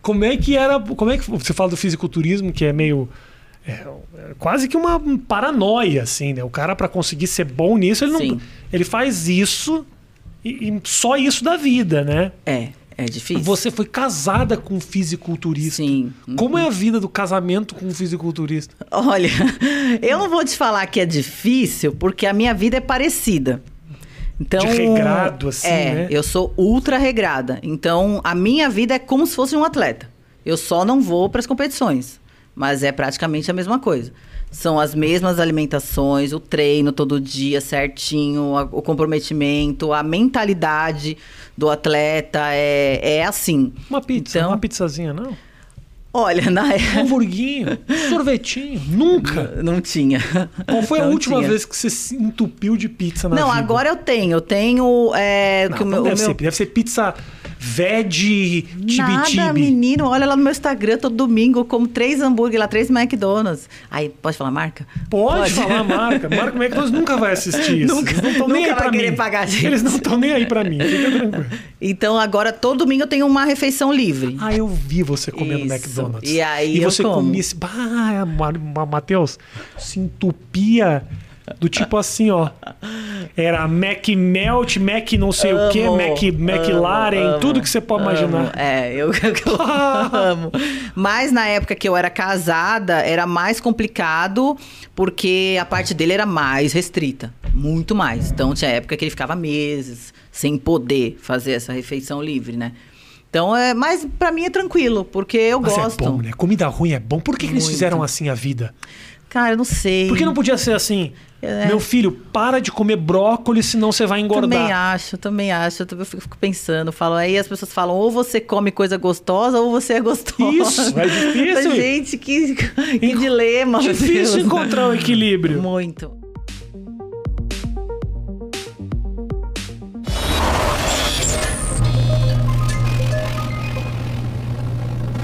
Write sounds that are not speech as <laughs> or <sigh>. Como é que era. Como é que. Você fala do fisiculturismo, que é meio. é, é quase que uma paranoia, assim, né? O cara, pra conseguir ser bom nisso, ele não. Sim. Ele faz isso e, e só isso da vida, né? É, é difícil. Você foi casada com um fisiculturista. Sim. Como é a vida do casamento com um fisiculturista? Olha, <laughs> eu não vou te falar que é difícil, porque a minha vida é parecida. Então, De regrado, assim, é, né? eu sou ultra regrada. Então, a minha vida é como se fosse um atleta. Eu só não vou para as competições, mas é praticamente a mesma coisa. São as mesmas alimentações, o treino todo dia certinho, a- o comprometimento, a mentalidade do atleta é, é assim. Uma pizza, Então- uma pizzazinha, não? Olha, <laughs> na Um época hamburguinho, um sorvetinho, <laughs> nunca. não tinha. Qual foi a Não última tinha. vez que você se entupiu de pizza na Não, vida? agora eu tenho. Eu tenho. É, Não, que o não meu- o Ah, então deve, meu- ser, deve ser pizza veg, Nada, tibi-tibi. menino. Olha lá no meu Instagram, todo domingo, eu como três hambúrguer lá, três McDonald's. Aí, pode falar marca? Pode, falar a marca. Marco McDonald's nunca vai assistir isso. Nunca- Eles não estão nem nunca aí vai pra querer mim. pagar a gente. Eles não estão nem aí pra mim. Fica tranquilo. Então, agora, todo domingo eu tenho uma refeição livre. Ah, eu vi você comendo Isso. McDonald's. E aí eu você como. comia esse. Ah, Ma- Ma- Matheus, se entupia do tipo assim, ó. Era Mac Melt, Mac não sei o quê, Amo, Mac amo, McLaren, amo, tudo que você pode amo. imaginar. É, <laughs> eu, <laughs> eu amo. Mas na época que eu era casada, era mais complicado, porque a parte dele era mais restrita. Muito mais. Então tinha época que ele ficava meses sem poder fazer essa refeição livre, né? Então, é, mas pra mim é tranquilo, porque eu Mas gosto. é bom, né? Comida ruim é bom. Por que, que eles Muito. fizeram assim a vida? Cara, eu não sei. Por que não podia ser assim? É. Meu filho, para de comer brócolis, senão você vai engordar. Também acho, também acho. Eu também fico fico pensando, falo, aí as pessoas falam, ou você come coisa gostosa, ou você é gostosa. Isso, é difícil. <laughs> Mas, Gente, que, que Enco- dilema. meu Difícil Deus. encontrar o equilíbrio. Muito.